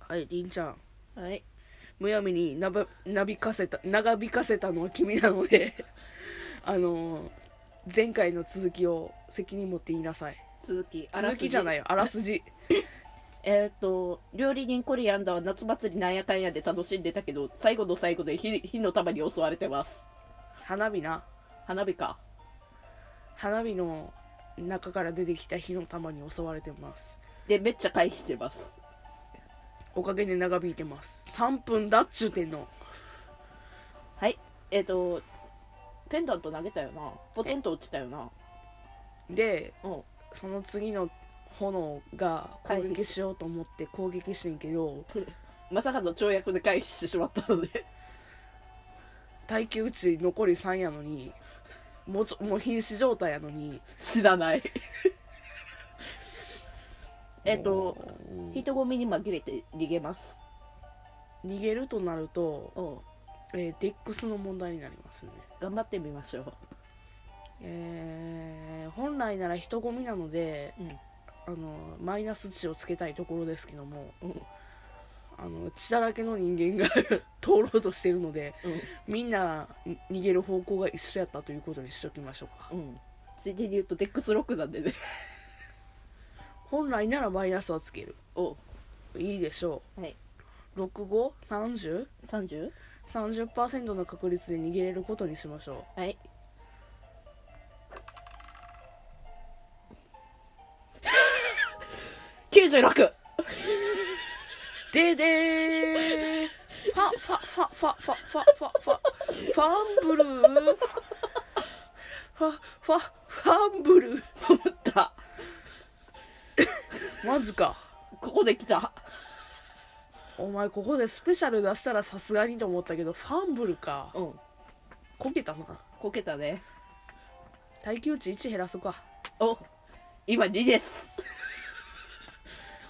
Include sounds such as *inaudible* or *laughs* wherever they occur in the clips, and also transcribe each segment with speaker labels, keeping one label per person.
Speaker 1: はいりんちゃん
Speaker 2: はい
Speaker 1: むやみになばなびかせた長引かせたのは君なので *laughs* あのー前回の続きを責任持って言いなさい
Speaker 2: 続き
Speaker 1: 続きじゃないいよあらすじ
Speaker 2: えっ、と料理人コリアンダーは夏祭りなんやかんやで楽しんでたけど最後の最後で火火の玉に襲われてます
Speaker 1: 花火な
Speaker 2: 花火か
Speaker 1: 花火の中から出てきた火の玉に襲われてます
Speaker 2: でめっちゃ回避してます
Speaker 1: おかげで長引いてます3分だっちゅうてんの
Speaker 2: はいえっ、とペンダント投げたよなポテンと落ちたよな
Speaker 1: で *laughs*
Speaker 2: うん
Speaker 1: その次の炎が攻撃しようと思って攻撃してんけど
Speaker 2: まさかの跳躍で回避してしまったので *laughs*
Speaker 1: 耐久値残り3やのにもうちょもう瀕死状態やのに
Speaker 2: 死な
Speaker 1: *laughs*
Speaker 2: ないえっと
Speaker 1: もう
Speaker 2: 人混みに紛れて逃げます
Speaker 1: 逃げるとなると、
Speaker 2: うん
Speaker 1: えー、デックスの問題になりますね、
Speaker 2: 頑張ってみましょう
Speaker 1: えー本来なら人混みなので、
Speaker 2: うん
Speaker 1: あのマイナス値をつけたいところですけども、
Speaker 2: うん
Speaker 1: あの血だらけの人間が *laughs* 通ろうとしてるので
Speaker 2: うん
Speaker 1: みんなに逃げる方向が一緒やったということにしときましょうか
Speaker 2: うんついでに言うとデックスロックなんでね
Speaker 1: 本来ならマイナスはつける
Speaker 2: お
Speaker 1: いいでしょ
Speaker 2: はいう
Speaker 1: 653030%
Speaker 2: 30?
Speaker 1: 30の確率で逃げれることにしましょ
Speaker 2: はい *laughs* 96!
Speaker 1: うででーんファファファファファファファファファンブルーファファファンブルー
Speaker 2: 打った
Speaker 1: マジか
Speaker 2: ここで来た
Speaker 1: お前ここでスペシャル出したらさすがにと思ったけどファンブルか
Speaker 2: うん
Speaker 1: こけたな
Speaker 2: こけたね
Speaker 1: 耐久値1減らそか
Speaker 2: お今2です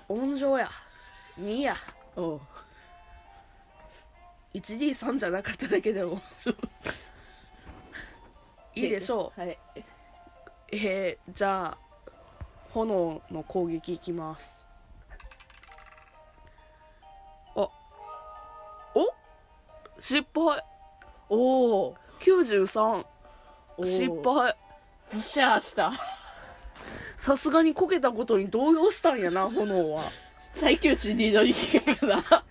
Speaker 1: 温情や2や
Speaker 2: お
Speaker 1: 1D3 じゃなかっただけでもいいでしょう
Speaker 2: はい
Speaker 1: えー、じゃあ炎の攻撃いきますあお失敗
Speaker 2: おー
Speaker 1: 93
Speaker 2: おー
Speaker 1: 失敗
Speaker 2: ズシャーした
Speaker 1: さすがにこけたことに動揺したんやな炎 *laughs* は
Speaker 2: 最強値2の2かな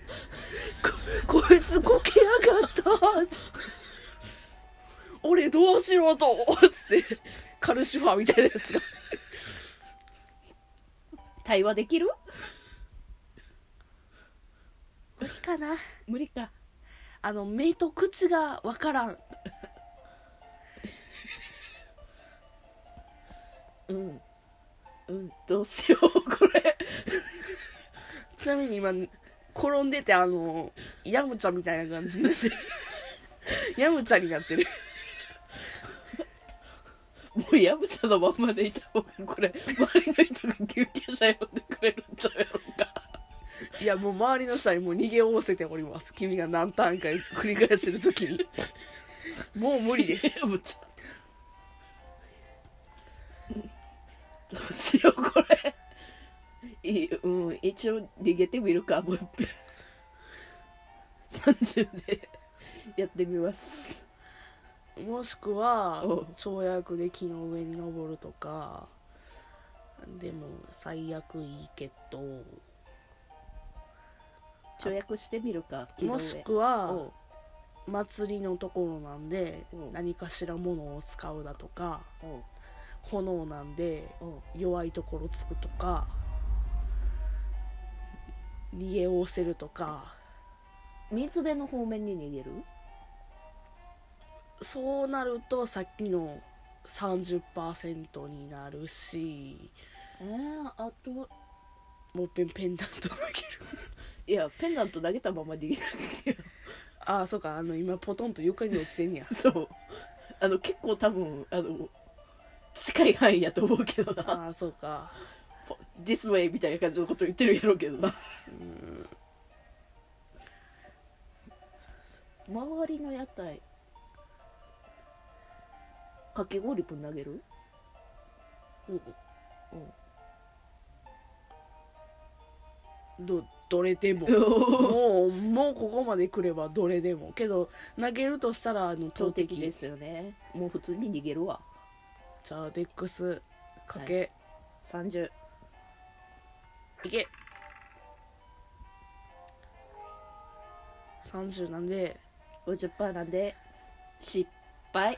Speaker 1: こいつこけやがったつって俺どうしようとつってカルシファーみたいなやつが
Speaker 2: 対話できる
Speaker 1: 無理かな
Speaker 2: 無理か
Speaker 1: あの目と口がわからん
Speaker 2: うんうんどうしようこれ
Speaker 1: ちなみに今転んでてあのヤムチャみたいな感じになってる *laughs* ヤムチャになってる
Speaker 2: もうヤムチャのまんまでいた方がこれ周りの人が救急車呼んでくれるんちゃうやろうか
Speaker 1: いやもう周りの人にもう逃げおおせております君が何ターンか繰り返してる時
Speaker 2: *laughs*
Speaker 1: にもう無理です
Speaker 2: ヤムチャどうしようこれいいうん一応逃げてみるかもう一遍30でやってみます
Speaker 1: もしくは
Speaker 2: おう
Speaker 1: 跳躍で木の上に登るとかでも最悪いいけど
Speaker 2: 跳躍してみるか木の
Speaker 1: も
Speaker 2: 上
Speaker 1: しく
Speaker 2: お
Speaker 1: は
Speaker 2: う
Speaker 1: 祭りのところなんで
Speaker 2: おう
Speaker 1: 何かしら物を使うだとか
Speaker 2: おう
Speaker 1: 炎なんで
Speaker 2: おう
Speaker 1: 弱いところつくとか逃げおせるとか
Speaker 2: 水辺の方面に逃げる
Speaker 1: そうなるとさっきの30%になるし
Speaker 2: えー、あと
Speaker 1: もういっぺんペンダント投げる *laughs*
Speaker 2: いやペンダント投げたまま逃げなきゃ
Speaker 1: ああそうかあの今ポトンと床に落ちて
Speaker 2: *laughs*
Speaker 1: んねや
Speaker 2: そうあの結構多分あの近い範囲やと思うけどな
Speaker 1: ああそうか
Speaker 2: 「This way」みたいな感じのこと言ってるやろうけどな周りの屋台かき氷ぶん投げる
Speaker 1: うんどどれで
Speaker 2: *laughs*
Speaker 1: ももうもうここまで来ればどれでもけど投げるとしたらあの投
Speaker 2: 投
Speaker 1: 擲
Speaker 2: 擲ですよねもう普通に逃げるわ
Speaker 1: じゃあデックスかけ、
Speaker 2: 30
Speaker 1: い、け30なんで
Speaker 2: 50%なんで失敗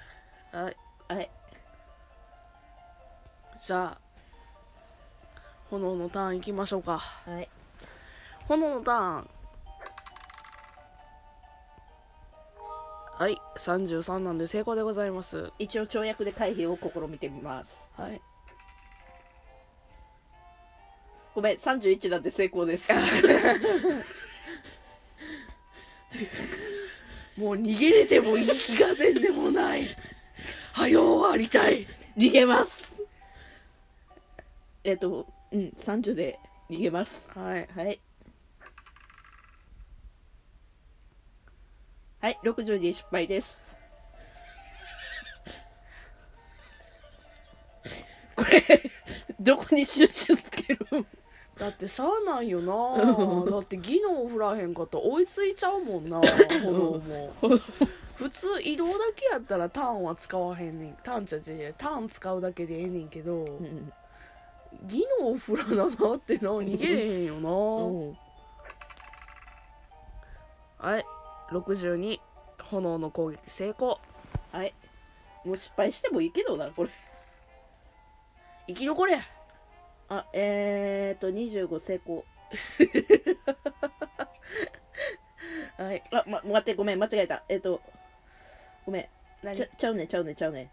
Speaker 1: あ
Speaker 2: あれ
Speaker 1: じゃあ炎のターンいきましょうか
Speaker 2: はい
Speaker 1: 炎のターンはい33なんで成功でございます
Speaker 2: 一応跳躍で回避を試みてみます
Speaker 1: はい
Speaker 2: ごめん31なんで成功です
Speaker 1: もう逃げれてもいい気がせんでもないはようありたい
Speaker 2: 逃げますえっとうん30で逃げます
Speaker 1: はい
Speaker 2: はい。はい、60で失敗です。これ、どこにシュッシュつける
Speaker 1: だってしゃあないよなだって技能振らへんかったら追いついちゃうも *laughs* んな炎 *laughs* も普通移動だけやったらターンは使わへんねんターンちゃちゃターン使うだけでええねんけど、
Speaker 2: ん。
Speaker 1: 技能振らななってな逃げれへんよな、
Speaker 2: うん。
Speaker 1: はい62炎の攻撃成功
Speaker 2: はい。もう失敗してもいいけどな、これ。
Speaker 1: 生き残れ
Speaker 2: あ、えーっと、25成功。
Speaker 1: はい
Speaker 2: あ、ま、待って、ごめん、間違えた。えっと、ごめん。
Speaker 1: 何
Speaker 2: ちゃちゃうね、ちゃうね、ちゃうね。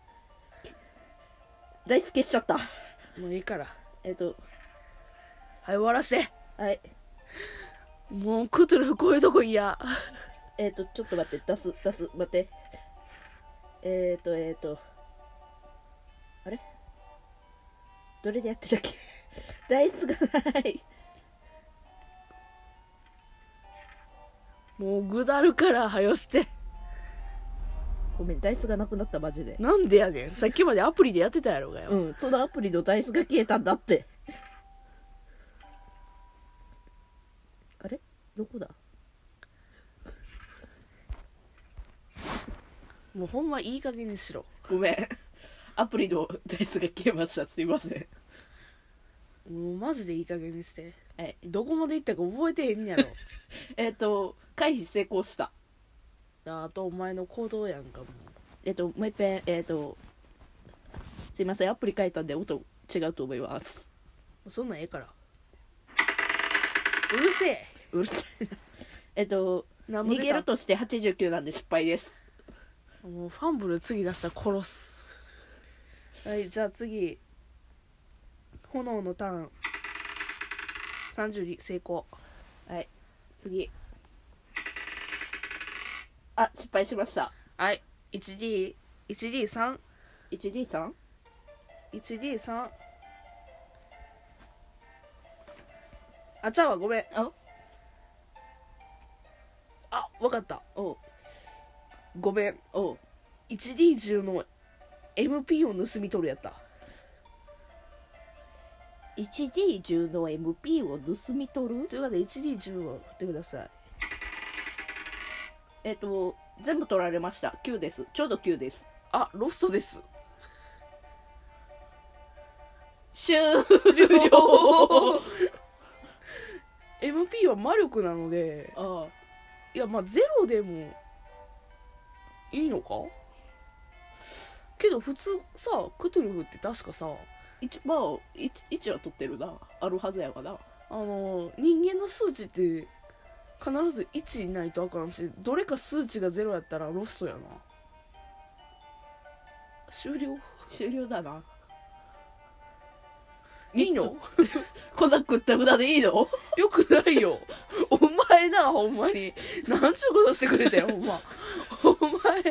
Speaker 2: ダイス消しちゃった。
Speaker 1: もういいから
Speaker 2: えっと、
Speaker 1: はい終わらして
Speaker 2: はい。
Speaker 1: もうクトゥルフこういうとこ嫌
Speaker 2: えっ、と、ちょっと待って、出す、出す、待って。えっ、と、えっ、と。あれどれでやってたっけ *laughs* ダイスがない。
Speaker 1: もうぐだるからはよして
Speaker 2: ごめん、ダイスがなくなった、マジで。
Speaker 1: なんでやねんさっきまでアプリでやってたやろうがよ、
Speaker 2: うん、そのアプリのダイスが消えたんだって。あれどこだ
Speaker 1: もうほんまいい加減にしろ
Speaker 2: ごめん。アプリのダイスが消えました。すいません。
Speaker 1: もうマジでいい加減にして
Speaker 2: はい。
Speaker 1: どこまで行ったか覚えてへんやろ *laughs*
Speaker 2: えっ、と、回避成功した。
Speaker 1: あとお前の行動やんかもう
Speaker 2: えっ、と、もう一遍、えっ、と、すいません、アプリ変えたんで音違うと思います。
Speaker 1: そんなんええからうるせえ
Speaker 2: うるさい。えっと、
Speaker 1: なんぼ出
Speaker 2: 逃
Speaker 1: た
Speaker 2: げるとして89なんで失敗です。
Speaker 1: もうファンブル次出したら殺すはいじゃあ次炎のターン30に成功
Speaker 2: はい。次。あ、失敗しました。
Speaker 1: はい 1D1D3
Speaker 2: 1D さん
Speaker 1: 1D3 あちゃうわごめん
Speaker 2: あ
Speaker 1: あわかった
Speaker 2: おう
Speaker 1: ごめん
Speaker 2: おう
Speaker 1: 1D10 の MP を盗み取るやった
Speaker 2: 1D10 の MP を盗み取る
Speaker 1: というわけで 1D10 を振ってください
Speaker 2: えっと、全部取られました。9です。ちょうど9です。
Speaker 1: あロストです
Speaker 2: 終了 *laughs*
Speaker 1: MP は魔力なので
Speaker 2: ああ
Speaker 1: いやまあゼロでもいいのかけど普通さクトゥルフって確かさ
Speaker 2: 一まあ、1, 1は取ってるな。あるはずやがな。
Speaker 1: あの人間の数値って必ず1いないとあかんしどれか数値がゼロやったらロストやな終了
Speaker 2: 終了だな。
Speaker 1: いい
Speaker 2: いつ
Speaker 1: の
Speaker 2: こんなくったくだでいいの
Speaker 1: よくないよお前なほんまになんちゅうことしてくれたよほんまお前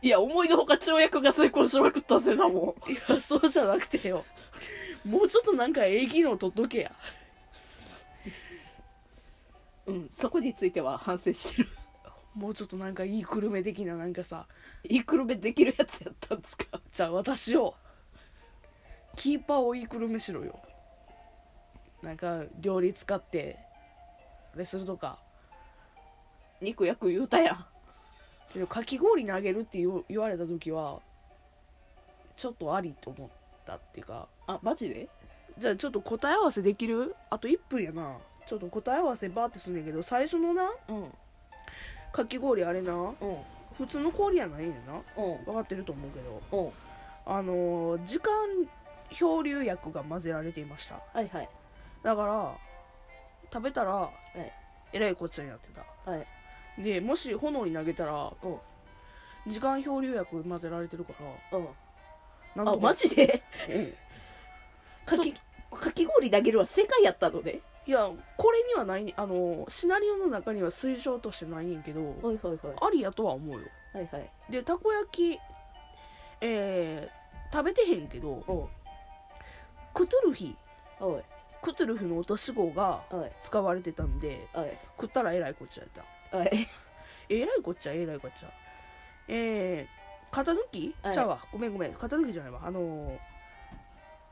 Speaker 2: いや、思いのほか跳躍が成功しまくったぜ、だも
Speaker 1: いや、そうじゃなくてよ。もうちょっとなんか営業の取っとけや。
Speaker 2: ん。うん、そこについては反省してる。
Speaker 1: もうちょっとなんかいい久留米的ななんかさ、
Speaker 2: いいくるめできるやつやったんですか
Speaker 1: じゃあ私を、キーパーをいい久留米しろよ。なんか、料理使って、レスルとか
Speaker 2: 肉焼く言うたやん
Speaker 1: けどかき氷投げるって言う言われた時はちょっとありと思ったっていうか
Speaker 2: あマジで
Speaker 1: じゃあちょっと答え合わせできるあと1分やなちょっと答え合わせバーってすんねんけど最初のな
Speaker 2: うん
Speaker 1: かき氷あれな
Speaker 2: うん
Speaker 1: 普通の氷やないんやな
Speaker 2: うん
Speaker 1: 分かってると思うけど
Speaker 2: うん
Speaker 1: あのー時間漂流薬が混ぜられていました
Speaker 2: はいはい
Speaker 1: だから食べたら
Speaker 2: い
Speaker 1: えらいこっちゃになって
Speaker 2: はい
Speaker 1: たでもし炎に投げたら
Speaker 2: うん
Speaker 1: 時間漂流薬混ぜられてるか
Speaker 2: うん
Speaker 1: らなん
Speaker 2: あ
Speaker 1: とか
Speaker 2: マジで
Speaker 1: うん
Speaker 2: か
Speaker 1: ち
Speaker 2: きかき氷投げるは世界やったのね
Speaker 1: いやこれにはないあのシナリオの中には推奨としてないねんけど
Speaker 2: はいはいはい
Speaker 1: ありやとは思うよ
Speaker 2: はいはい
Speaker 1: でたこ焼きえー食べてへんけど
Speaker 2: おう
Speaker 1: クトゥルフィ
Speaker 2: おい
Speaker 1: クトゥルフの落とし子が
Speaker 2: おい
Speaker 1: 使われてたんで
Speaker 2: おい
Speaker 1: 食ったらえらいこっちゃやった
Speaker 2: おい
Speaker 1: えらいこっちゃえらいこっちゃえー、型抜き、
Speaker 2: はい
Speaker 1: ちゃうわごめんごめん型抜きじゃないわあのー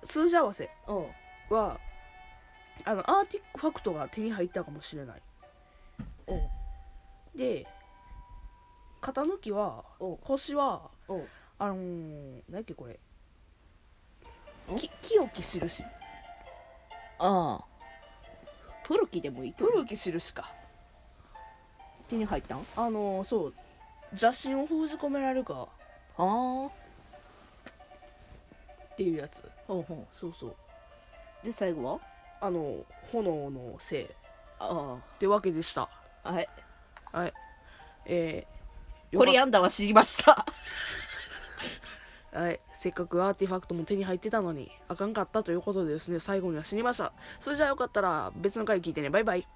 Speaker 1: 数字合わせ
Speaker 2: おう
Speaker 1: はあのアーティファクトが手に入ったかもしれない
Speaker 2: おう
Speaker 1: で型抜きは
Speaker 2: おう
Speaker 1: 星は
Speaker 2: おう
Speaker 1: あのー、何やっけこれ
Speaker 2: ん
Speaker 1: き清き印
Speaker 2: ああ古きでもいいけど
Speaker 1: 古き印か
Speaker 2: 手に入ったんあ
Speaker 1: あのー、そう邪神を封じ込められるか
Speaker 2: あほ
Speaker 1: っていうやつ
Speaker 2: うほ
Speaker 1: そうそう
Speaker 2: うで最後は
Speaker 1: あのー炎のせいっ
Speaker 2: あ
Speaker 1: てわけでした
Speaker 2: あはい
Speaker 1: はい。えー、
Speaker 2: コリ
Speaker 1: や
Speaker 2: アンダーは知りました
Speaker 1: はい。せっかくアーティファクトも手に入ってたのに、あかんかったということでですね、最後には死にました。それじゃあよかったら別の回聞いてね。バイバイ。